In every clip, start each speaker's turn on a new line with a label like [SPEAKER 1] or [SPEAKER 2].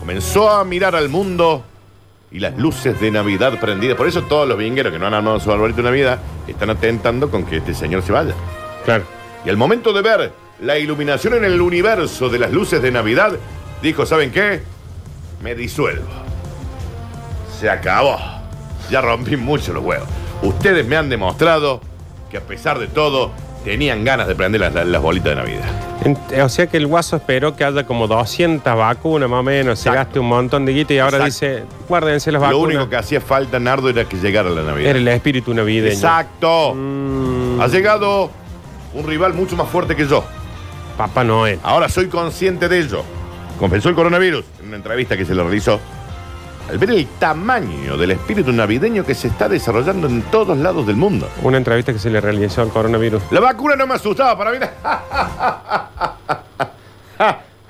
[SPEAKER 1] comenzó a mirar al mundo y las luces de Navidad prendidas. Por eso todos los vingueros que no han armado su arbolito de Navidad están atentando con que este señor se vaya.
[SPEAKER 2] Claro.
[SPEAKER 1] Y al momento de ver la iluminación en el universo de las luces de Navidad, dijo, ¿saben qué? Me disuelvo. Se acabó. Ya rompí mucho los huevos. Ustedes me han demostrado que a pesar de todo, tenían ganas de prender las, las- las bolitas de Navidad.
[SPEAKER 2] Ent- eh, O sea que el guaso esperó que haya como 200 vacunas más o menos, se
[SPEAKER 1] Exacto.
[SPEAKER 2] gaste un montón de guita y ahora
[SPEAKER 1] Exacto.
[SPEAKER 2] dice, guárdense las
[SPEAKER 1] Lo
[SPEAKER 2] vacunas.
[SPEAKER 1] único que hacía falta, Nardo, era que llegara la Navidad.
[SPEAKER 2] Era el espíritu navideño.
[SPEAKER 1] Exacto.
[SPEAKER 2] Mm,
[SPEAKER 1] Ha llegado un rival mucho más fuerte que yo.
[SPEAKER 2] Papá Noel.
[SPEAKER 1] Ahora soy consciente de ello. Confesó el coronavirus en una entrevista que se le realizó. Al ver el tamaño del espíritu navideño que se está desarrollando en todos lados del mundo.
[SPEAKER 2] Una entrevista que se le realizó al coronavirus.
[SPEAKER 1] La vacuna no me asustaba para mí.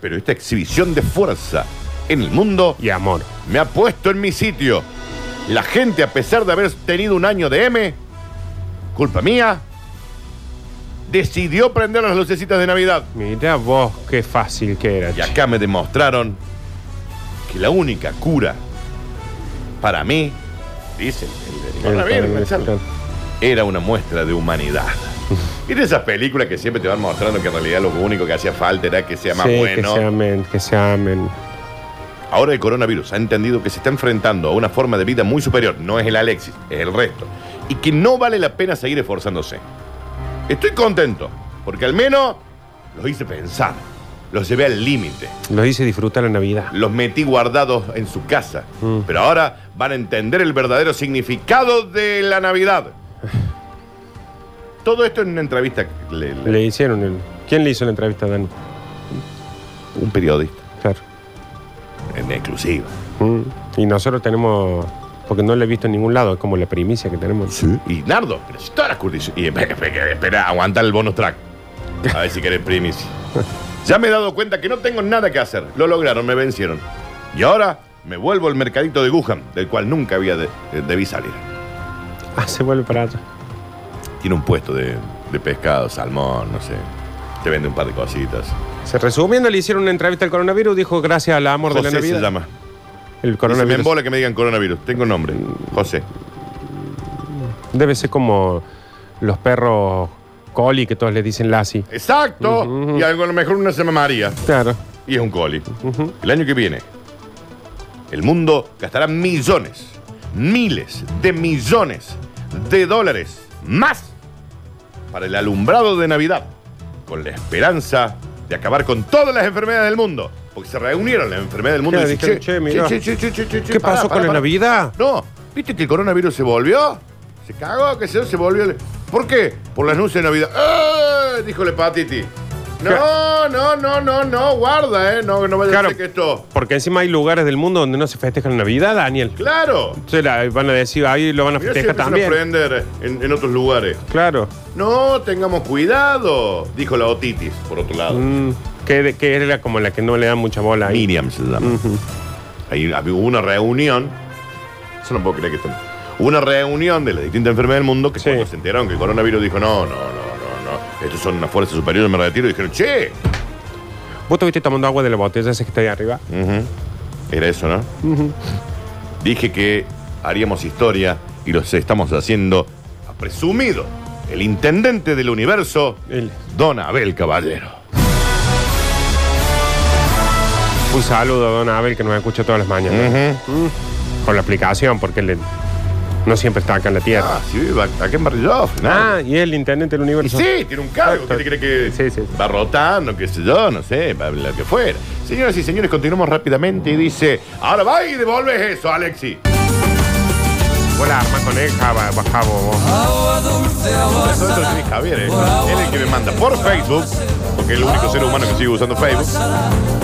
[SPEAKER 1] Pero esta exhibición de fuerza en el mundo
[SPEAKER 2] Y amor.
[SPEAKER 1] me ha puesto en mi sitio. La gente, a pesar de haber tenido un año de M, culpa mía, decidió prender las lucecitas de Navidad.
[SPEAKER 2] Mira vos qué fácil que era.
[SPEAKER 1] Y
[SPEAKER 2] che.
[SPEAKER 1] acá me demostraron que la única cura para mí, dice el- el- el-
[SPEAKER 2] El
[SPEAKER 1] el-
[SPEAKER 2] coronavirus, claro.
[SPEAKER 1] era una muestra de humanidad. Y de esas películas que siempre te van mostrando que en realidad lo único que hacía falta era que sea más
[SPEAKER 2] Sí,
[SPEAKER 1] bueno.
[SPEAKER 2] que se amen, que se amen.
[SPEAKER 1] Ahora el coronavirus ha entendido que se está enfrentando a una forma de vida muy superior. No es el Alexis, es el resto. Y que no vale la pena seguir esforzándose. Estoy contento, porque al menos los hice pensar. Los llevé al límite.
[SPEAKER 2] Los hice disfrutar la Navidad.
[SPEAKER 1] Los metí guardados en su casa. Pero ahora van a entender el verdadero significado de la Navidad. Todo esto en una entrevista que le- le-
[SPEAKER 2] Le hicieron el. ¿Quién le hizo la entrevista a Dani?
[SPEAKER 1] un periodista
[SPEAKER 2] Claro.
[SPEAKER 1] en exclusiva.
[SPEAKER 2] Mm. Y nosotros tenemos. Porque no lo he visto en ningún lado, es como la primicia que tenemos.
[SPEAKER 1] Y Nardo, pero si todas las curtis. Y espera, espera, espera, aguanta el bonus track. A ver si querés primis. Ya me he dado cuenta que no tengo nada que hacer. Lo lograron, me vencieron. Y ahora me vuelvo al mercadito de Wuhan, del cual nunca había de- eh, debí salir.
[SPEAKER 2] Ah, se vuelve para allá.
[SPEAKER 1] Tiene un puesto de, de pescado, salmón, no sé. Te vende un par de cositas.
[SPEAKER 2] Se resumiendo, le hicieron una entrevista al coronavirus, dijo gracias al amor de la
[SPEAKER 1] José
[SPEAKER 2] Navidad.
[SPEAKER 1] se llama. Dice,
[SPEAKER 2] El
[SPEAKER 1] me
[SPEAKER 2] coronavirus.
[SPEAKER 1] embola que me digan coronavirus. Tengo nombre. José.
[SPEAKER 2] Debe ser como los perros coli que todos le dicen Lassie.
[SPEAKER 1] Exacto. Y algo a lo mejor una se llama María.
[SPEAKER 2] Claro.
[SPEAKER 1] Y es un coli. El año que viene, el mundo gastará millones, miles de millones de dólares más para el alumbrado de Navidad, con la esperanza de acabar con todas las enfermedades del mundo. Porque se reunieron las enfermedades del mundo
[SPEAKER 2] Claro,
[SPEAKER 1] y dicen,
[SPEAKER 2] dijeron, "Che, mirá,
[SPEAKER 1] che,
[SPEAKER 2] ¿Qué pasó con la Navidad?
[SPEAKER 1] No, ¿viste que el coronavirus se volvió? Se cagó, que se, se volvió. el- ¿Por qué? Por las anuncios de Navidad. ¡Eh! Dijo la hepatitis. No, no, no, no, no, guarda, ¿eh? No, no vaya a
[SPEAKER 2] Claro.
[SPEAKER 1] ser que esto.
[SPEAKER 2] Porque encima hay lugares del mundo donde no se festeja la Navidad, Daniel.
[SPEAKER 1] Claro.
[SPEAKER 2] Entonces la- van a decir, ahí lo van a
[SPEAKER 1] Mirá si
[SPEAKER 2] festejar
[SPEAKER 1] empiezan a
[SPEAKER 2] también.
[SPEAKER 1] prender en, en otros lugares.
[SPEAKER 2] Claro.
[SPEAKER 1] No, tengamos cuidado, dijo la otitis, por otro lado.
[SPEAKER 2] Mm, que, de- que era como la que no le dan mucha bola ahí.
[SPEAKER 1] Miriam se llama. Ahí hubo una reunión. Yo no puedo creer que esto. Hubo una reunión de las distintas enfermedades del mundo que
[SPEAKER 2] Sí.
[SPEAKER 1] cuando se enteraron que el coronavirus dijo: no, no, no, no, no. Estos son una fuerza superior, me retiro. Y dijeron: che.
[SPEAKER 2] Vos estuviste tomando agua de la botella esa que está ahí arriba.
[SPEAKER 1] Ujú. Era eso, ¿no? Dije que haríamos historia y los estamos haciendo a presumido. El intendente del universo,
[SPEAKER 2] El-
[SPEAKER 1] Don Abel Caballero. Mm.
[SPEAKER 2] Un saludo a Don Abel que nos escucha todas las mañanas. Mm. Con la aplicación, porque le- no siempre está acá en la tierra.
[SPEAKER 1] Ah, sí, vive acá en Barrio Joff, ¿no?
[SPEAKER 2] Ah, y es el intendente del
[SPEAKER 1] Y
[SPEAKER 2] universo.
[SPEAKER 1] sí, tiene un cargo. ¿Qué te cree que
[SPEAKER 2] Sí, sí, sí.
[SPEAKER 1] va rotando, qué sé yo? No sé, va lo que fuera. Señoras y señores, continuamos rápidamente y dice: Ahora va y devolves eso, Alexi.
[SPEAKER 2] Vos la armás con él, java- bajá vos, vos.
[SPEAKER 1] Ah. Eso lo tiene Javier, ¿eh? Él es el que me manda por Facebook, porque es el único ser humano que sigue usando Facebook.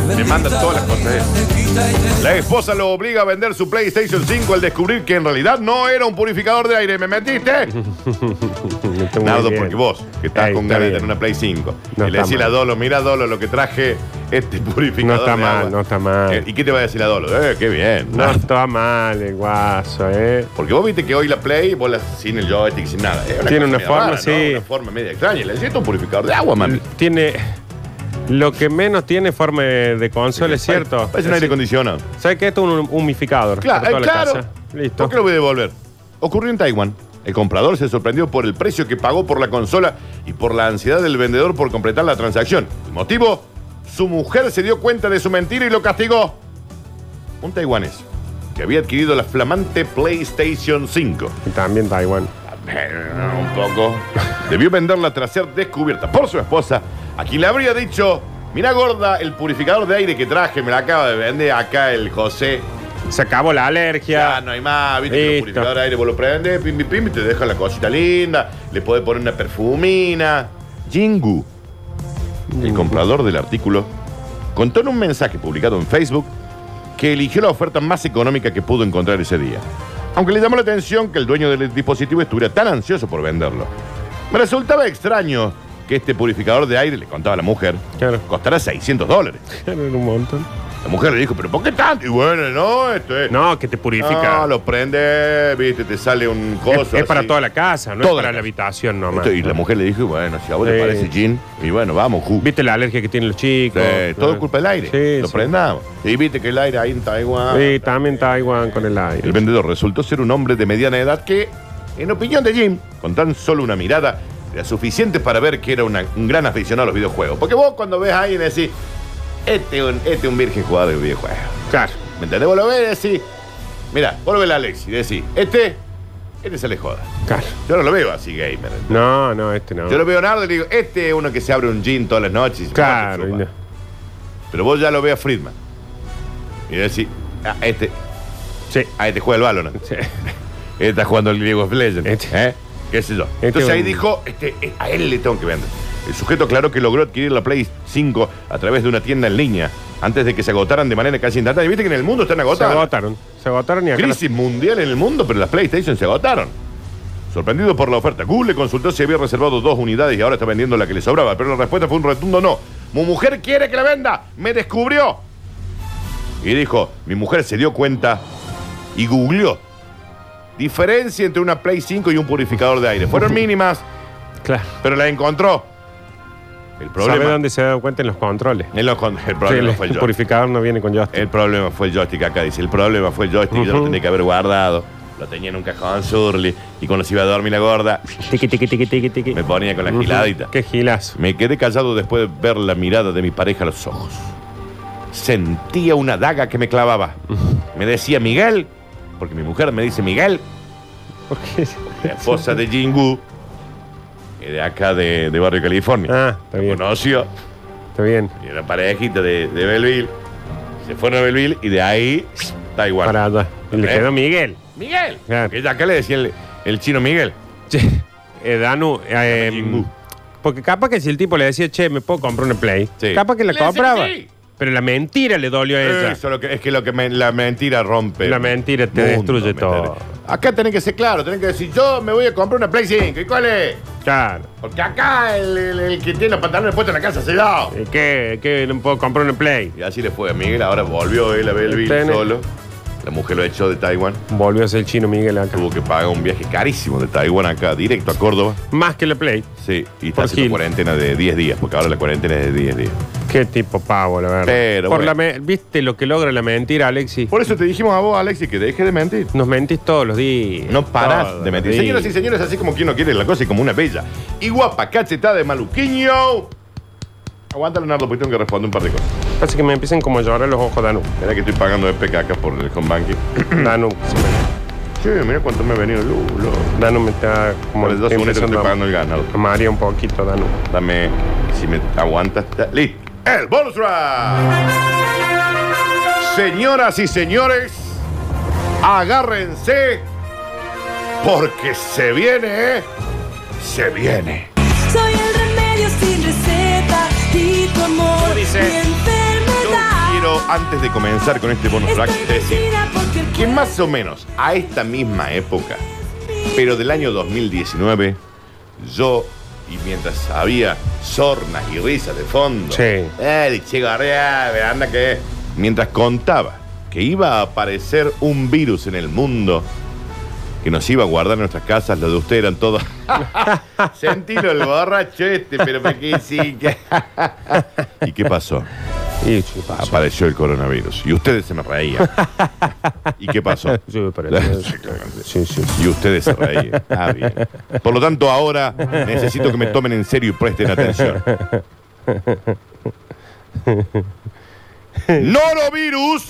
[SPEAKER 1] Me manda todas las cosas. él. La esposa lo obliga a vender su PlayStation 5 al descubrir que en realidad no era un purificador de aire. ¿Me metiste?
[SPEAKER 2] Me tengo muy
[SPEAKER 1] Nardo,
[SPEAKER 2] bien.
[SPEAKER 1] porque vos, que estás
[SPEAKER 2] Ey,
[SPEAKER 1] con
[SPEAKER 2] está
[SPEAKER 1] ganas de
[SPEAKER 2] bien.
[SPEAKER 1] tener una Play 5.
[SPEAKER 2] No
[SPEAKER 1] y le
[SPEAKER 2] está
[SPEAKER 1] decís a
[SPEAKER 2] mal.
[SPEAKER 1] Dolo, mira Dolo lo que traje este purificador.
[SPEAKER 2] No
[SPEAKER 1] de
[SPEAKER 2] está mal,
[SPEAKER 1] agua".
[SPEAKER 2] no está mal.
[SPEAKER 1] Eh, ¿Y qué te va a decir la Dolo? Eh, qué bien.
[SPEAKER 2] No está mal el guaso, ¿eh?
[SPEAKER 1] Porque vos viste que hoy la Play, vos la sin el joystick, sin nada. Es cosa
[SPEAKER 2] Tiene una
[SPEAKER 1] media
[SPEAKER 2] forma,
[SPEAKER 1] rara, ¿no?
[SPEAKER 2] sí.
[SPEAKER 1] Una forma media extraña. Le siento un purificador de agua, mami.
[SPEAKER 2] Tiene. Lo que menos tiene forma de de consola, es cierto.
[SPEAKER 1] Parece un aire acondicionado.
[SPEAKER 2] ¿Sabes qué? Esto es un humificador.
[SPEAKER 1] Claro,
[SPEAKER 2] para
[SPEAKER 1] eh,
[SPEAKER 2] toda la
[SPEAKER 1] claro.
[SPEAKER 2] casa. Listo.
[SPEAKER 1] ¿Por qué lo voy a devolver? Ocurrió en Taiwán. El comprador se sorprendió por el precio que pagó por la consola y por la ansiedad del vendedor por completar la transacción. ¿El motivo? Su mujer se dio cuenta de su mentira y lo castigó. Un taiwanés que había adquirido la flamante PlayStation 5.
[SPEAKER 2] Y también Taiwán.
[SPEAKER 1] Un poco. Debió venderla tras ser descubierta por su esposa, a quien le habría dicho: Mirá, gorda, el purificador de aire que traje me la acaba de vender acá el José.
[SPEAKER 2] Se acabó la alergia.
[SPEAKER 1] Ya, no hay más, viste que los
[SPEAKER 2] Listo.
[SPEAKER 1] purificadores de aire vos lo prendes, pim, pim, pim, y te deja la cosita linda, le podés poner una perfumina. Jingu, el comprador del artículo, contó en un mensaje publicado en Facebook que eligió la oferta más económica que pudo encontrar ese día. Aunque le llamó la atención que el dueño del dispositivo estuviera tan ansioso por venderlo. Me resultaba extraño que este purificador de aire, le contaba la mujer,
[SPEAKER 2] Claro.
[SPEAKER 1] costara 600 dólares.
[SPEAKER 2] Era un montón.
[SPEAKER 1] La mujer le dijo, pero ¿por qué tanto? Y bueno, no, esto es...
[SPEAKER 2] No, que te purifica.
[SPEAKER 1] No, Ah, lo prende, viste, te sale un coso.
[SPEAKER 2] es, es para
[SPEAKER 1] así.
[SPEAKER 2] toda la casa, no
[SPEAKER 1] Toda
[SPEAKER 2] es
[SPEAKER 1] la
[SPEAKER 2] para la,
[SPEAKER 1] casa.
[SPEAKER 2] habitación nomás.
[SPEAKER 1] Esto, y la mujer le dijo, bueno, si a vos te
[SPEAKER 2] Sí.
[SPEAKER 1] parece gin, y bueno, vamos, ju.
[SPEAKER 2] ¿Viste la alergia que tienen los
[SPEAKER 1] Sí,
[SPEAKER 2] chicos?
[SPEAKER 1] todo
[SPEAKER 2] Ah.
[SPEAKER 1] culpa del aire.
[SPEAKER 2] Sí,
[SPEAKER 1] lo
[SPEAKER 2] sí.
[SPEAKER 1] prendamos. Y viste que el aire ahí en Taiwán.
[SPEAKER 2] Sí, también Taiwán con el aire.
[SPEAKER 1] El vendedor resultó ser un hombre de mediana edad que, en opinión de Jim, con tan solo una mirada, era suficiente para ver que era una- un gran aficionado a los videojuegos. Porque vos cuando ves a alguien decís, este es un, este es un virgen jugador de videojuegos.
[SPEAKER 2] Claro.
[SPEAKER 1] ¿Me entendés? Vos lo ves y decís, mira, vos lo ves a Alex y decís, este, este se le joda.
[SPEAKER 2] Claro.
[SPEAKER 1] Yo no lo veo así, gamer.
[SPEAKER 2] No, no, este no.
[SPEAKER 1] Yo lo veo a Nardo y le digo, este es uno que se abre un gin todas las noches. y se
[SPEAKER 2] Claro.
[SPEAKER 1] chupa.
[SPEAKER 2] y no.
[SPEAKER 1] Pero vos ya lo ves a Friedman. Y decís, ah, este,
[SPEAKER 2] Sí.
[SPEAKER 1] ah, este juega el balón. Este
[SPEAKER 2] sí.
[SPEAKER 1] Está jugando el League of Legends.
[SPEAKER 2] Este.
[SPEAKER 1] ¿eh? ¿Qué sé yo?
[SPEAKER 2] Este
[SPEAKER 1] Entonces ahí
[SPEAKER 2] un-
[SPEAKER 1] dijo, este, eh, a él le tengo que vender. El sujeto claro que logró adquirir la Play 5 a través de una tienda en línea antes de que se agotaran de manera casi instantánea. Viste que en el mundo están
[SPEAKER 2] Se
[SPEAKER 1] agotadas.
[SPEAKER 2] agotaron. Se agotaron y acá. las-
[SPEAKER 1] Crisis mundial en el mundo, pero las PlayStation se agotaron. Sorprendido por la oferta, Google le consultó si había reservado dos unidades y ahora está vendiendo la que le sobraba, pero la respuesta fue un rotundo no. Mi mujer quiere que la venda, me descubrió. Y dijo, mi mujer se dio cuenta y googleó. Diferencia entre una Play 5 y un purificador de aire. Fueron mínimas,
[SPEAKER 2] Claro.
[SPEAKER 1] pero la encontró. El
[SPEAKER 2] ¿Sabe
[SPEAKER 1] problema,
[SPEAKER 2] dónde se ha dado cuenta? En los controles.
[SPEAKER 1] en los con- el
[SPEAKER 2] Sí,
[SPEAKER 1] problema fue
[SPEAKER 2] el
[SPEAKER 1] yo.
[SPEAKER 2] purificador no viene con joystick.
[SPEAKER 1] El problema fue el joystick acá, dice. El problema fue el joystick, yo lo
[SPEAKER 2] Ujú.
[SPEAKER 1] tenía que haber guardado. Lo tenía en un cajón surly. Y cuando se iba a dormir la gorda,
[SPEAKER 2] Tiqui, tiqui, tiqui, tiqui, tiqui.
[SPEAKER 1] me ponía con la
[SPEAKER 2] Ujú.
[SPEAKER 1] giladita.
[SPEAKER 2] Qué gilazo.
[SPEAKER 1] Me quedé callado después de ver la mirada de mi pareja a los ojos. Sentía una daga que me clavaba. Me decía Miguel, porque mi mujer me dice Miguel,
[SPEAKER 2] ¿Por qué?
[SPEAKER 1] la esposa de Jingu, que de acá de, de Barrio California.
[SPEAKER 2] Ah, está bien.
[SPEAKER 1] Conoció,
[SPEAKER 2] Está bien.
[SPEAKER 1] y era parejita de, de Belleville. Se fueron a Belleville y de ahí, Taiwán.
[SPEAKER 2] Para allá. Y le
[SPEAKER 1] ¿Eh?
[SPEAKER 2] quedó Miguel.
[SPEAKER 1] Miguel.
[SPEAKER 2] Claro.
[SPEAKER 1] Porque acá le decía el, el chino Miguel.
[SPEAKER 2] Che, eh, Danu, eh,
[SPEAKER 1] Yingu.
[SPEAKER 2] porque capaz que si el tipo le decía, che, me puedo comprar una Play,
[SPEAKER 1] Sí.
[SPEAKER 2] capaz que la
[SPEAKER 1] Le decía
[SPEAKER 2] compraba.
[SPEAKER 1] que sí.
[SPEAKER 2] Pero la mentira le dolió a ella.
[SPEAKER 1] Eso lo que- es que, lo que me- la mentira rompe.
[SPEAKER 2] La mentira te
[SPEAKER 1] ¿me
[SPEAKER 2] destruye todo.
[SPEAKER 1] entendés? Acá tenés que ser claro, tenés que decir, yo me voy a comprar una Play 5. ¿Y cuál es?
[SPEAKER 2] Claro.
[SPEAKER 1] Porque acá el, el- el que tiene los pantalones puestos en la casa se da.
[SPEAKER 2] Eh, ¿Qué? ¿Qué? ¿No puedo comprar una Play?
[SPEAKER 1] Y así le fue a Miguel, ahora volvió él a Belleville
[SPEAKER 2] Tenés.
[SPEAKER 1] solo. La mujer lo echó de Taiwán.
[SPEAKER 2] Volvió a ser el chino Miguel acá.
[SPEAKER 1] Tuvo que pagar un viaje carísimo de Taiwán acá, directo a Córdoba.
[SPEAKER 2] Más que la Play.
[SPEAKER 1] Sí, y está
[SPEAKER 2] Por
[SPEAKER 1] haciendo
[SPEAKER 2] Gil.
[SPEAKER 1] cuarentena de 10 días, porque ahora la cuarentena es de 10 días.
[SPEAKER 2] Qué tipo pavo, la verdad.
[SPEAKER 1] Pero
[SPEAKER 2] Por
[SPEAKER 1] bueno.
[SPEAKER 2] la me- ¿Viste lo que logra la mentira, Alexis?
[SPEAKER 1] Por eso te dijimos a vos, Alexis, que deje de mentir.
[SPEAKER 2] Nos mentís todos los días.
[SPEAKER 1] No parás
[SPEAKER 2] Todos
[SPEAKER 1] de mentir.
[SPEAKER 2] los días.
[SPEAKER 1] Señoras y señores, así como quien no quiere la cosa y como una bella y guapa cachetada de maluquiño. Aguanta, Leonardo, porque tengo que responder un par de cosas.
[SPEAKER 2] Pasa que me empiezan como a llorar los ojos, Danu.
[SPEAKER 1] Mirá que estoy pagando de PK acá por el home banking.
[SPEAKER 2] Danu, se me-
[SPEAKER 1] Che, mirá cuánto me ha venido, Lulo.
[SPEAKER 2] Danu me está como
[SPEAKER 1] Por el 2 1 estoy
[SPEAKER 2] Em- empezando a-
[SPEAKER 1] pagando el ganado.
[SPEAKER 2] a marear un poquito, Danu.
[SPEAKER 1] Dame, si me aguantas. da- Listo. El bonus round. Señoras y señores, agárrense porque se viene, ¿eh? Se viene.
[SPEAKER 3] Soy el remedio sin receta y tu amor
[SPEAKER 2] Dice,
[SPEAKER 3] mi
[SPEAKER 1] Yo
[SPEAKER 3] enfermedad.
[SPEAKER 1] quiero, antes de comenzar con este bonus track,
[SPEAKER 3] Estoy
[SPEAKER 1] decir
[SPEAKER 3] vencida porque el
[SPEAKER 1] que
[SPEAKER 3] cuerpo
[SPEAKER 1] más o menos a esta misma época, pero del año 2019, yo, y mientras había sornas y risas de fondo,
[SPEAKER 2] Sí.
[SPEAKER 1] eh, Che Garriave, anda que... Mientras contaba que iba a aparecer un virus en el mundo que nos iba a guardar en nuestras casas, los de ustedes eran todos... Sentilo el borracho este, pero ¿para qué sí? que- ¿Y qué pasó?
[SPEAKER 2] Y chupa.
[SPEAKER 1] Apareció el coronavirus. Y ustedes se me reían. ¿Y qué pasó?
[SPEAKER 2] Sí, me parece. Sí, sí.
[SPEAKER 1] Y ustedes se reían. Ah, bien. Por lo tanto, ahora necesito que me tomen en serio y presten atención. Norovirus.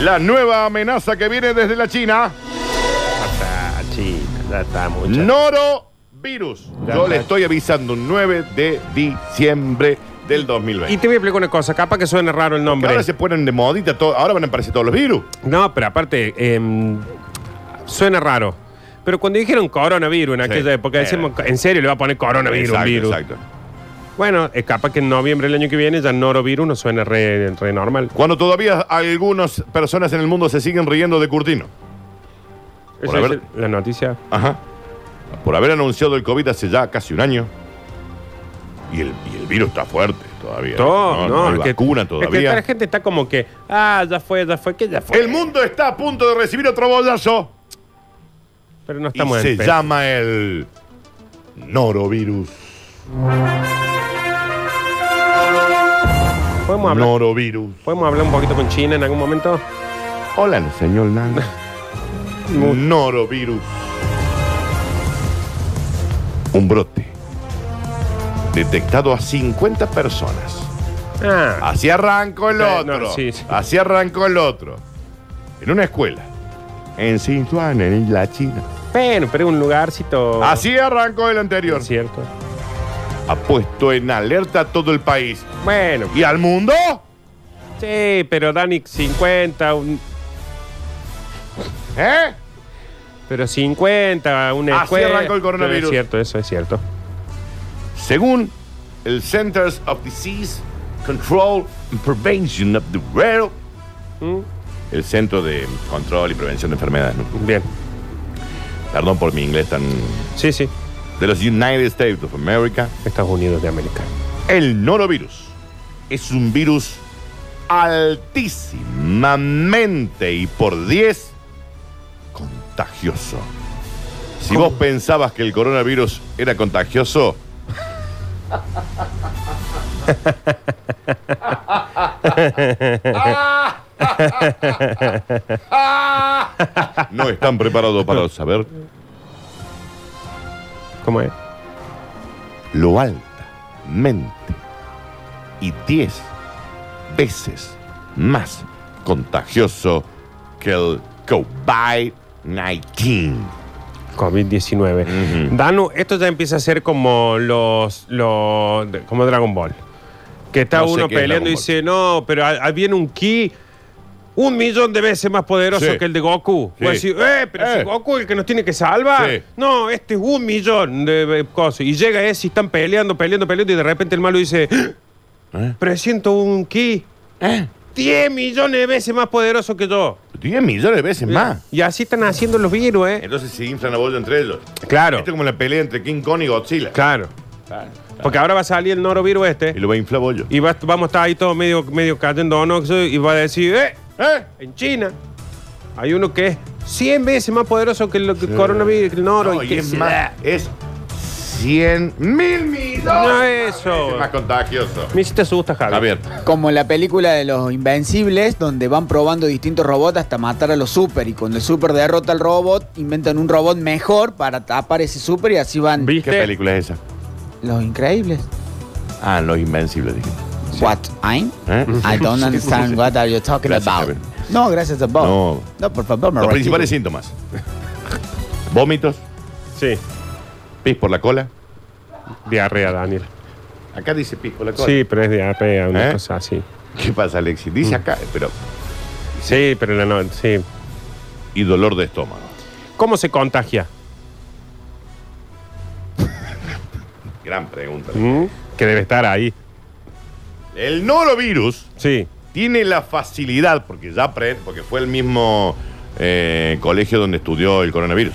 [SPEAKER 1] La nueva amenaza que viene desde la China.
[SPEAKER 2] Ah, chica, ya está mucha.
[SPEAKER 1] Norovirus. Yo le estoy avisando un 9 de diciembre del 2020.
[SPEAKER 2] Y te voy a explicar una cosa, capaz que suene raro el
[SPEAKER 1] Porque
[SPEAKER 2] nombre.
[SPEAKER 1] Ahora se ponen de modita, todo- ahora van a aparecer todos los virus.
[SPEAKER 2] No, pero aparte, em, suena raro. Pero cuando dijeron coronavirus en aquella época,
[SPEAKER 1] Era.
[SPEAKER 2] decimos, en serio le va a poner coronavirus, un
[SPEAKER 1] Eh. Exacto,
[SPEAKER 2] virus.
[SPEAKER 1] Exacto.
[SPEAKER 2] Bueno, es capaz que en noviembre del año que viene ya norovirus no suena re, re normal.
[SPEAKER 1] Cuando todavía algunas personas en el mundo se siguen riendo de Curtino.
[SPEAKER 2] Esa
[SPEAKER 1] haber-
[SPEAKER 2] es la noticia.
[SPEAKER 1] Ajá. Por haber anunciado el COVID hace ya casi un año. Y el, y el virus está fuerte todavía.
[SPEAKER 2] No, no,
[SPEAKER 1] hay
[SPEAKER 2] es que-
[SPEAKER 1] vacuna
[SPEAKER 2] Es que
[SPEAKER 1] todavía.
[SPEAKER 2] la gente está como que, ah, ya fue, ya fue, que ya fue.
[SPEAKER 1] el mundo está a punto de recibir otro bollazo.
[SPEAKER 2] Pero
[SPEAKER 1] Y
[SPEAKER 2] no estamos
[SPEAKER 1] se
[SPEAKER 2] en pe-
[SPEAKER 1] llama el norovirus.
[SPEAKER 2] ¿Podemos hablar,
[SPEAKER 1] Norovirus.
[SPEAKER 2] ¿Podemos hablar un poquito con China en algún momento?
[SPEAKER 1] Hola, señor Nando. Norovirus. Un brote. Detectado a 50 personas
[SPEAKER 2] Ah,
[SPEAKER 1] Así arrancó el
[SPEAKER 2] Eh,
[SPEAKER 1] otro.
[SPEAKER 2] no, sí, sí.
[SPEAKER 1] Así arrancó el otro. En una escuela. En Sichuan, en la China.
[SPEAKER 2] bueno, pero es un lugarcito.
[SPEAKER 1] Así arrancó el anterior.
[SPEAKER 2] es cierto.
[SPEAKER 1] Ha puesto en alerta a todo el país.
[SPEAKER 2] Bueno,
[SPEAKER 1] ¿Y al mundo?
[SPEAKER 2] sí, pero Dani, 50, un-
[SPEAKER 1] ¿Eh?
[SPEAKER 2] pero 50, una
[SPEAKER 1] Así
[SPEAKER 2] escuela.
[SPEAKER 1] Ah, arrancó el coronavirus.
[SPEAKER 2] No, es cierto, eso es cierto.
[SPEAKER 1] Según el Centers of Disease Control and Prevention of the World,
[SPEAKER 2] Mm,
[SPEAKER 1] el Centro de Control y Prevención de Enfermedades, ¿no?
[SPEAKER 2] Bien.
[SPEAKER 1] perdón por mi inglés tan...
[SPEAKER 2] Sí, sí.
[SPEAKER 1] de los United States of America,
[SPEAKER 2] Estados Unidos de América.
[SPEAKER 1] El norovirus es un virus altísimamente y por 10 contagioso. Si vos pensabas que el coronavirus era contagioso, no están preparados para saber
[SPEAKER 2] ¿Cómo es?
[SPEAKER 1] lo altamente y 10 veces más contagioso que el COVID-19.
[SPEAKER 2] COVID-19. Danu, esto ya empieza a ser como los, los de- como Dragon Ball. Que está
[SPEAKER 1] No sé
[SPEAKER 2] uno
[SPEAKER 1] qué es
[SPEAKER 2] peleando y
[SPEAKER 1] Dragon
[SPEAKER 2] dice, no, pero ahí ahí viene un ki un millón de veces más poderoso
[SPEAKER 1] Sí.
[SPEAKER 2] que el de Goku.
[SPEAKER 1] Sí.
[SPEAKER 2] Voy a decir, eh, pero
[SPEAKER 1] Eh.
[SPEAKER 2] si Goku es el que nos tiene que salvar.
[SPEAKER 1] Sí.
[SPEAKER 2] No, este es un millón de, de cosas. Y llega ese y están peleando, peleando, peleando, y de repente el malo dice,
[SPEAKER 1] ¿Eh?
[SPEAKER 2] presiento un ki 10 millones de veces más poderoso que yo.
[SPEAKER 1] 10 millones de veces más.
[SPEAKER 2] Y así están haciendo los virus, ¿eh?
[SPEAKER 1] Entonces se inflan a bollo entre ellos.
[SPEAKER 2] Claro.
[SPEAKER 1] Esto es como la pelea entre King Kong y Godzilla.
[SPEAKER 2] Claro. Porque ahora va a salir el norovirus
[SPEAKER 1] Y
[SPEAKER 2] este
[SPEAKER 1] lo va a inflar a bollo.
[SPEAKER 2] y va- vamos a estar ahí todos medio, medio cayendo onoxo y va a decir, eh,
[SPEAKER 1] ¿Eh?
[SPEAKER 2] en China hay uno que es 100 veces más poderoso que el que el coronavirus, el noro.
[SPEAKER 1] No,
[SPEAKER 2] y
[SPEAKER 1] y
[SPEAKER 2] que
[SPEAKER 1] es
[SPEAKER 2] se
[SPEAKER 1] más,
[SPEAKER 2] da".
[SPEAKER 1] es 100 mil millones.
[SPEAKER 2] No
[SPEAKER 1] más
[SPEAKER 2] eso.
[SPEAKER 1] veces Más contagioso.
[SPEAKER 2] Me hiciste asusta, Javi.
[SPEAKER 1] Javier.
[SPEAKER 4] Como en la película de los Invencibles, donde van probando distintos robots hasta matar a los super. Y cuando el super derrota al robot, inventan un robot mejor para tapar ese super y así van
[SPEAKER 1] ¿Qué
[SPEAKER 2] ¿Viste?
[SPEAKER 1] película es esa?
[SPEAKER 4] los increíbles.
[SPEAKER 1] Ah, Los Invencibles, dije.
[SPEAKER 4] What? I'm?
[SPEAKER 1] ¿Eh?
[SPEAKER 4] I don't understand what are you talking
[SPEAKER 1] Gracias,
[SPEAKER 4] about.
[SPEAKER 1] Javier.
[SPEAKER 4] No, gracias a vos.
[SPEAKER 1] No.
[SPEAKER 4] No. por favor, me
[SPEAKER 1] Los
[SPEAKER 4] retiro.
[SPEAKER 1] principales síntomas. Vómitos,
[SPEAKER 2] Sí.
[SPEAKER 1] pis por la cola.
[SPEAKER 2] Diarrea, Daniel.
[SPEAKER 1] Acá dice pis por la cola.
[SPEAKER 2] Sí, Mm. pero es diarrea, una
[SPEAKER 1] ¿Eh?
[SPEAKER 2] cosa así.
[SPEAKER 1] ¿Qué pasa, Alexis? Dice acá, pero...
[SPEAKER 2] Sí, pero la no, sí.
[SPEAKER 1] Y dolor de estómago.
[SPEAKER 2] ¿Cómo se contagia?
[SPEAKER 1] Gran pregunta.
[SPEAKER 2] ¿Mm? Que debe estar ahí. Mm.
[SPEAKER 1] El norovirus
[SPEAKER 2] Sí.
[SPEAKER 1] tiene la facilidad, porque ya pre- porque fue el mismo eh, colegio donde estudió el coronavirus.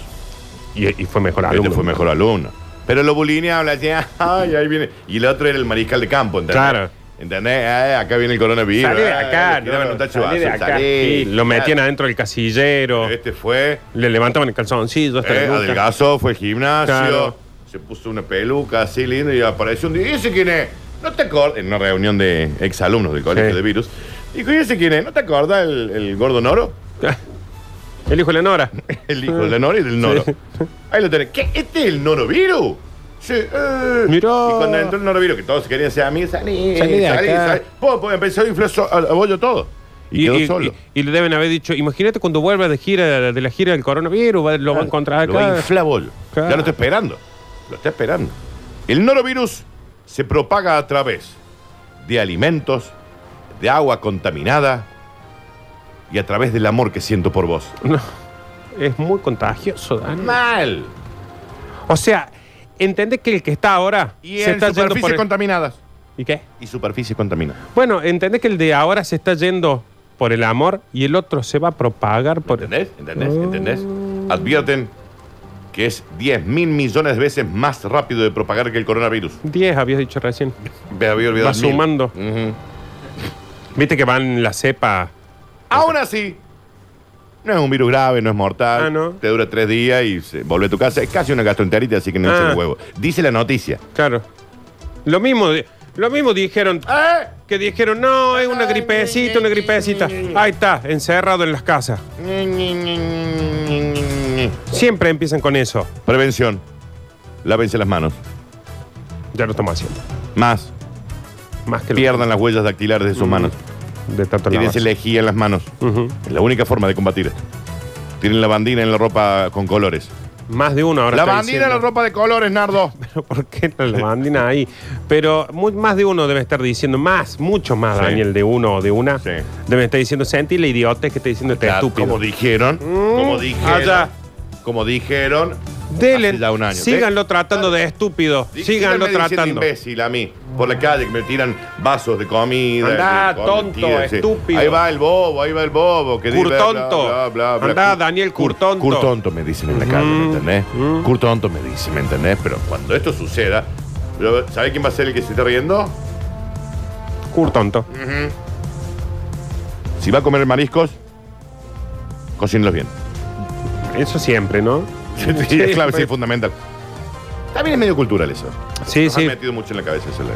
[SPEAKER 2] Y, y fue mejor alumno.
[SPEAKER 1] Este fue mejor alumno. Pero lo bulineaba, habla así, ay, ahí viene. Y el otro era el mariscal de campo, ¿entendés?
[SPEAKER 2] Claro.
[SPEAKER 1] ¿Entendés? Eh, acá viene el coronavirus.
[SPEAKER 2] Salí de
[SPEAKER 1] Eh,
[SPEAKER 2] acá,
[SPEAKER 1] le tiraban un
[SPEAKER 2] no,
[SPEAKER 1] tacho de
[SPEAKER 2] salí de
[SPEAKER 1] azul,
[SPEAKER 2] acá.
[SPEAKER 1] salí.
[SPEAKER 2] Sí, Lo metían adentro del casillero.
[SPEAKER 1] Este fue
[SPEAKER 2] Le levantaban el calzoncillo hasta
[SPEAKER 1] Eh,
[SPEAKER 2] la nuca.
[SPEAKER 1] adelgazó, fue al gimnasio,
[SPEAKER 2] Claro.
[SPEAKER 1] se puso una peluca así linda y apareció un día. ¿Y ese quién es? No te acordás. En una reunión de exalumnos del colegio
[SPEAKER 2] Sí.
[SPEAKER 1] de virus. Dijo, ¿y ese quién es? ¿No te acordás el, el gordo Noro?
[SPEAKER 2] El hijo de Leonora.
[SPEAKER 1] El hijo del Noro y del Noro.
[SPEAKER 2] Sí.
[SPEAKER 1] Ahí lo tenés. ¿Qué? ¿Este es el Norovirus? Sí, eh.
[SPEAKER 2] Mirá.
[SPEAKER 1] Y cuando entró el Norovirus, que todos querían ser amigos, salí,
[SPEAKER 2] Salí
[SPEAKER 1] salí,
[SPEAKER 2] de acá.
[SPEAKER 1] salí. Pum, pum, empezó a inflar so- a, a bollo todo. Y, quedó solo.
[SPEAKER 2] y- y le deben haber dicho, imagínate cuando vuelva de gira de la gira del coronavirus, va- lo va a encontrar
[SPEAKER 1] Ah, Lo va a
[SPEAKER 2] acá.
[SPEAKER 1] inflar bollo.
[SPEAKER 2] Claro.
[SPEAKER 1] Ya lo está esperando. Lo está esperando. El norovirus se propaga a través de alimentos, de agua contaminada y a través del amor que siento por vos.
[SPEAKER 2] es muy contagioso, Dani.
[SPEAKER 1] Mal.
[SPEAKER 2] O sea, entendés que el que está ahora
[SPEAKER 1] Y
[SPEAKER 2] se
[SPEAKER 1] en
[SPEAKER 2] está yendo
[SPEAKER 1] superficies
[SPEAKER 2] por el-
[SPEAKER 1] contaminadas.
[SPEAKER 2] ¿Y qué?
[SPEAKER 1] Y superficies contaminadas.
[SPEAKER 2] Bueno, entendés que el de ahora se está yendo por el amor y el otro se va a propagar por el... Oh.
[SPEAKER 1] ¿Entendés? ¿Entendés? ¿Entendés? Advierten que es 10 mil millones de veces más rápido de propagar que el coronavirus.
[SPEAKER 2] 10 habías dicho recién.
[SPEAKER 1] Me había olvidado.
[SPEAKER 2] Va
[SPEAKER 1] mil.
[SPEAKER 2] sumando.
[SPEAKER 1] Ujú.
[SPEAKER 2] Viste que van la cepa.
[SPEAKER 1] Aún así, no es un virus grave, no es mortal.
[SPEAKER 2] Ah, ¿no?
[SPEAKER 1] Te dura tres días y se vuelve a tu casa. Es casi una gastroenteritis, así que no
[SPEAKER 2] Ah.
[SPEAKER 1] se huevo. Dice la noticia.
[SPEAKER 2] Claro. Lo mismo, di- lo mismo dijeron.
[SPEAKER 1] ¿Eh?
[SPEAKER 2] Que dijeron, no, es una gripecita, una gripecita. Ahí está, encerrado en las casas. Siempre empiezan con eso.
[SPEAKER 1] Prevención. Lávense las manos.
[SPEAKER 2] Ya lo estamos haciendo.
[SPEAKER 1] Más.
[SPEAKER 2] Más que lo- Mm,
[SPEAKER 1] pierdan las huellas dactilares de sus manos.
[SPEAKER 2] de tanto
[SPEAKER 1] Tienen
[SPEAKER 2] lavarse.
[SPEAKER 1] lejía en las manos.
[SPEAKER 2] Ujú.
[SPEAKER 1] Es la única forma de combatir esto. Tienen la bandina en la ropa con colores.
[SPEAKER 2] Más de uno ahora.
[SPEAKER 1] la
[SPEAKER 2] está
[SPEAKER 1] bandina en la
[SPEAKER 2] diciendo.
[SPEAKER 1] ropa de colores, Nardo.
[SPEAKER 2] Pero ¿por qué la lavandina ahí? Pero muy- más de uno debe estar diciendo, más, mucho más,
[SPEAKER 1] Sí.
[SPEAKER 2] Daniel, de uno o de una.
[SPEAKER 1] Sí.
[SPEAKER 2] Debe estar diciendo, sentí la idiotez que está diciendo este
[SPEAKER 1] Claro,
[SPEAKER 2] estúpido. Mm.
[SPEAKER 1] Como dijeron. Como dijeron.
[SPEAKER 2] allá.
[SPEAKER 1] Como dijeron.
[SPEAKER 2] Delen,
[SPEAKER 1] hace ya un año.
[SPEAKER 2] síganlo tratando de estúpido.
[SPEAKER 1] Dí- díganme
[SPEAKER 2] síganlo
[SPEAKER 1] diciendo
[SPEAKER 2] tratando.
[SPEAKER 1] imbécil a mí. Por la calle que me tiran vasos de comida.
[SPEAKER 2] Andá,
[SPEAKER 1] de comida,
[SPEAKER 2] tonto,
[SPEAKER 1] sí.
[SPEAKER 2] estúpido.
[SPEAKER 1] Ahí va el bobo, ahí va el bobo. Que dice,
[SPEAKER 2] Curtonto.
[SPEAKER 1] bla, bla, bla, bla.
[SPEAKER 2] Andá,
[SPEAKER 1] Cur-
[SPEAKER 2] Daniel,
[SPEAKER 1] cur-
[SPEAKER 2] curtonto. Mm,
[SPEAKER 1] Curtonto me dicen en la calle, ¿me entendés? Curtonto me dicen, ¿me entendés? Pero cuando esto suceda, ¿sabés quién va a ser el que se esté riendo?
[SPEAKER 2] Curtonto.
[SPEAKER 1] Si va a comer mariscos, cocínenlos bien.
[SPEAKER 2] Eso siempre, ¿no?
[SPEAKER 1] Sí, es clave,
[SPEAKER 2] pues.
[SPEAKER 1] sí, es fundamental. También es medio cultural eso.
[SPEAKER 2] Sí,
[SPEAKER 1] Nos han
[SPEAKER 2] sí.
[SPEAKER 1] metido mucho en la cabeza esa idea.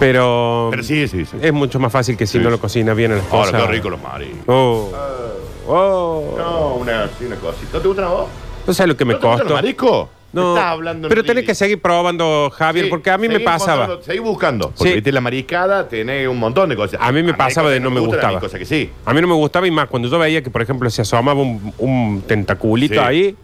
[SPEAKER 2] Pero,
[SPEAKER 1] Pero sí, sí, sí.
[SPEAKER 2] es mucho más fácil que
[SPEAKER 1] Sí,
[SPEAKER 2] si no lo
[SPEAKER 1] sí.
[SPEAKER 2] cocinas bien a las
[SPEAKER 1] Ahora,
[SPEAKER 2] cosas.
[SPEAKER 1] qué rico los mariscos.
[SPEAKER 2] Oh. Oh.
[SPEAKER 1] No, una, sí, una cosita. ¿No te gustan a vos?
[SPEAKER 2] ¿No sabes lo que me
[SPEAKER 1] ¿No te gustan los
[SPEAKER 2] costó?
[SPEAKER 1] mariscos?
[SPEAKER 2] No,
[SPEAKER 1] Me estás hablando en
[SPEAKER 2] pero
[SPEAKER 1] el
[SPEAKER 2] tenés
[SPEAKER 1] living.
[SPEAKER 2] que seguir probando, Javier,
[SPEAKER 1] Sí,
[SPEAKER 2] porque a mí me
[SPEAKER 1] seguí
[SPEAKER 2] pasaba.
[SPEAKER 1] encontrando- Seguí buscando. Porque
[SPEAKER 2] Sí.
[SPEAKER 1] viste la mariscada, tenés un montón de cosas.
[SPEAKER 2] A mí me
[SPEAKER 1] hay
[SPEAKER 2] pasaba
[SPEAKER 1] cosas
[SPEAKER 2] de
[SPEAKER 1] que
[SPEAKER 2] no me
[SPEAKER 1] gustan, hay
[SPEAKER 2] gustaba.
[SPEAKER 1] cosas que sí.
[SPEAKER 2] A mí no me gustaba y más cuando yo veía que, por ejemplo, se asomaba un, un tentaculito
[SPEAKER 1] Sí.
[SPEAKER 2] ahí,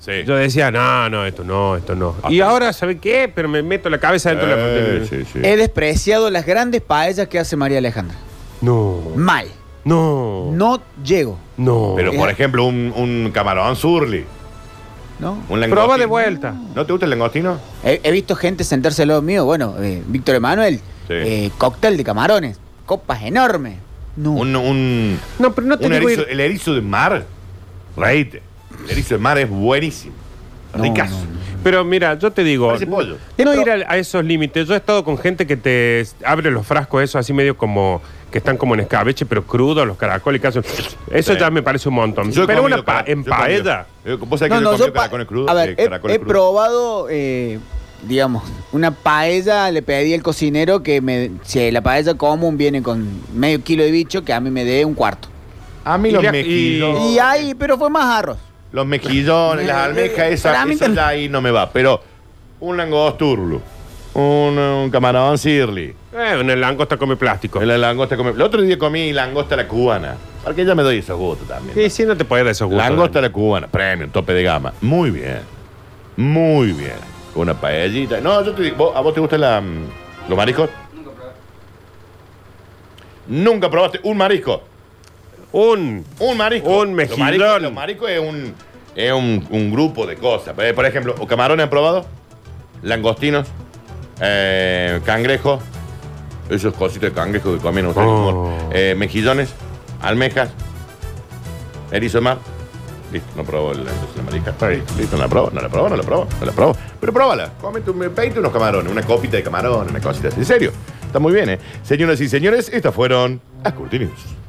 [SPEAKER 1] Sí. Ah,
[SPEAKER 2] yo decía, no, no, esto no, esto no. Y ahora, ¿sabe qué? Pero me meto la cabeza dentro de
[SPEAKER 1] Eh,
[SPEAKER 2] la...
[SPEAKER 1] sí, sí.
[SPEAKER 4] He despreciado las grandes paellas que hace María Alejandra.
[SPEAKER 2] No,
[SPEAKER 4] Mal.
[SPEAKER 2] no, no.
[SPEAKER 4] No llego.
[SPEAKER 1] Pero,
[SPEAKER 2] eh,
[SPEAKER 1] por ejemplo, un, un camarón surly.
[SPEAKER 4] ¿no?
[SPEAKER 1] Un langostino.
[SPEAKER 2] Prueba de vuelta.
[SPEAKER 1] ¿No te gusta el langostino?
[SPEAKER 4] He, he visto gente sentarse al lado mío. Bueno, eh, Víctor Emanuel,
[SPEAKER 1] Sí.
[SPEAKER 4] eh, cóctel de camarones, copas enormes. No.
[SPEAKER 1] Un, un,
[SPEAKER 2] No, pero no te
[SPEAKER 1] un
[SPEAKER 2] digo ir-
[SPEAKER 1] erizo, el erizo de mar. Reíte. El erizo de mar es buenísimo.
[SPEAKER 4] No,
[SPEAKER 1] Ricazo.
[SPEAKER 4] no,
[SPEAKER 2] Pero mira, yo te digo,
[SPEAKER 1] Parece pollo.
[SPEAKER 2] no ir a, a esos límites. Yo he estado con gente que te abre los frascos, eso así medio como que están como en escabeche, pero crudos, los caracoles que hacen. Eso
[SPEAKER 1] Sí.
[SPEAKER 2] ya me parece un montón.
[SPEAKER 1] Yo he
[SPEAKER 2] pero
[SPEAKER 1] comido
[SPEAKER 2] una pa-
[SPEAKER 1] cara-
[SPEAKER 2] en
[SPEAKER 1] yo he comido-
[SPEAKER 2] paella.
[SPEAKER 1] yo- Vos sabés
[SPEAKER 4] No,
[SPEAKER 1] que
[SPEAKER 4] no,
[SPEAKER 1] yo he comido
[SPEAKER 4] pa-
[SPEAKER 1] caracoles crudos.
[SPEAKER 4] A ver,
[SPEAKER 1] eh,
[SPEAKER 4] he,
[SPEAKER 1] caracoles
[SPEAKER 4] he
[SPEAKER 1] crudos.
[SPEAKER 4] probado, eh, digamos, una paella. Le pedí al cocinero que me, si la paella común viene con medio kilo de bicho, que a mí me dé un cuarto.
[SPEAKER 1] A mí
[SPEAKER 2] Y
[SPEAKER 1] los
[SPEAKER 2] le- y-
[SPEAKER 1] mejillones.
[SPEAKER 4] Y ahí, pero fue más arroz.
[SPEAKER 1] Los mejillones, las almejas,
[SPEAKER 4] Para
[SPEAKER 1] esa,
[SPEAKER 4] mí
[SPEAKER 1] eso
[SPEAKER 4] tam-
[SPEAKER 1] ya ahí no me va. Pero un langosturlo, un, un camarón sirli,
[SPEAKER 2] Eh, en el langosta come plástico.
[SPEAKER 1] la langosta come... El otro día comí langosta a la cubana, porque ya me doy esos gustos también.
[SPEAKER 2] Sí, sí, no te puedes dar esos gustos.
[SPEAKER 1] langosta a la cubana, premium, tope de gama. Muy bien, muy bien. Con una paellita. No, yo te digo, ¿vos- ¿a vos te gustan la, mm, los mariscos? Nunca probaste un marisco.
[SPEAKER 2] Un.
[SPEAKER 1] Un marisco.
[SPEAKER 2] Un
[SPEAKER 1] Los
[SPEAKER 2] mejillón.
[SPEAKER 1] mariscos- Los mariscos es un, es un, un grupo de cosas. Eh, Por ejemplo, camarones han probado, langostinos, eh, cangrejos, esos cositos de cangrejo que comían ustedes.
[SPEAKER 2] Oh.
[SPEAKER 1] amor. Eh, mejillones, almejas, erizo de mar. Listo, no probó el, entonces la marisca. Listo, listo, no la probó, no la probó, no la probó, no la probó. Pero próbala, cómete un, pedite unos camarones, una copita de camarón, una cosita así. En serio, está muy bien, ¿eh? Señoras y señores, estas fueron las Curti News.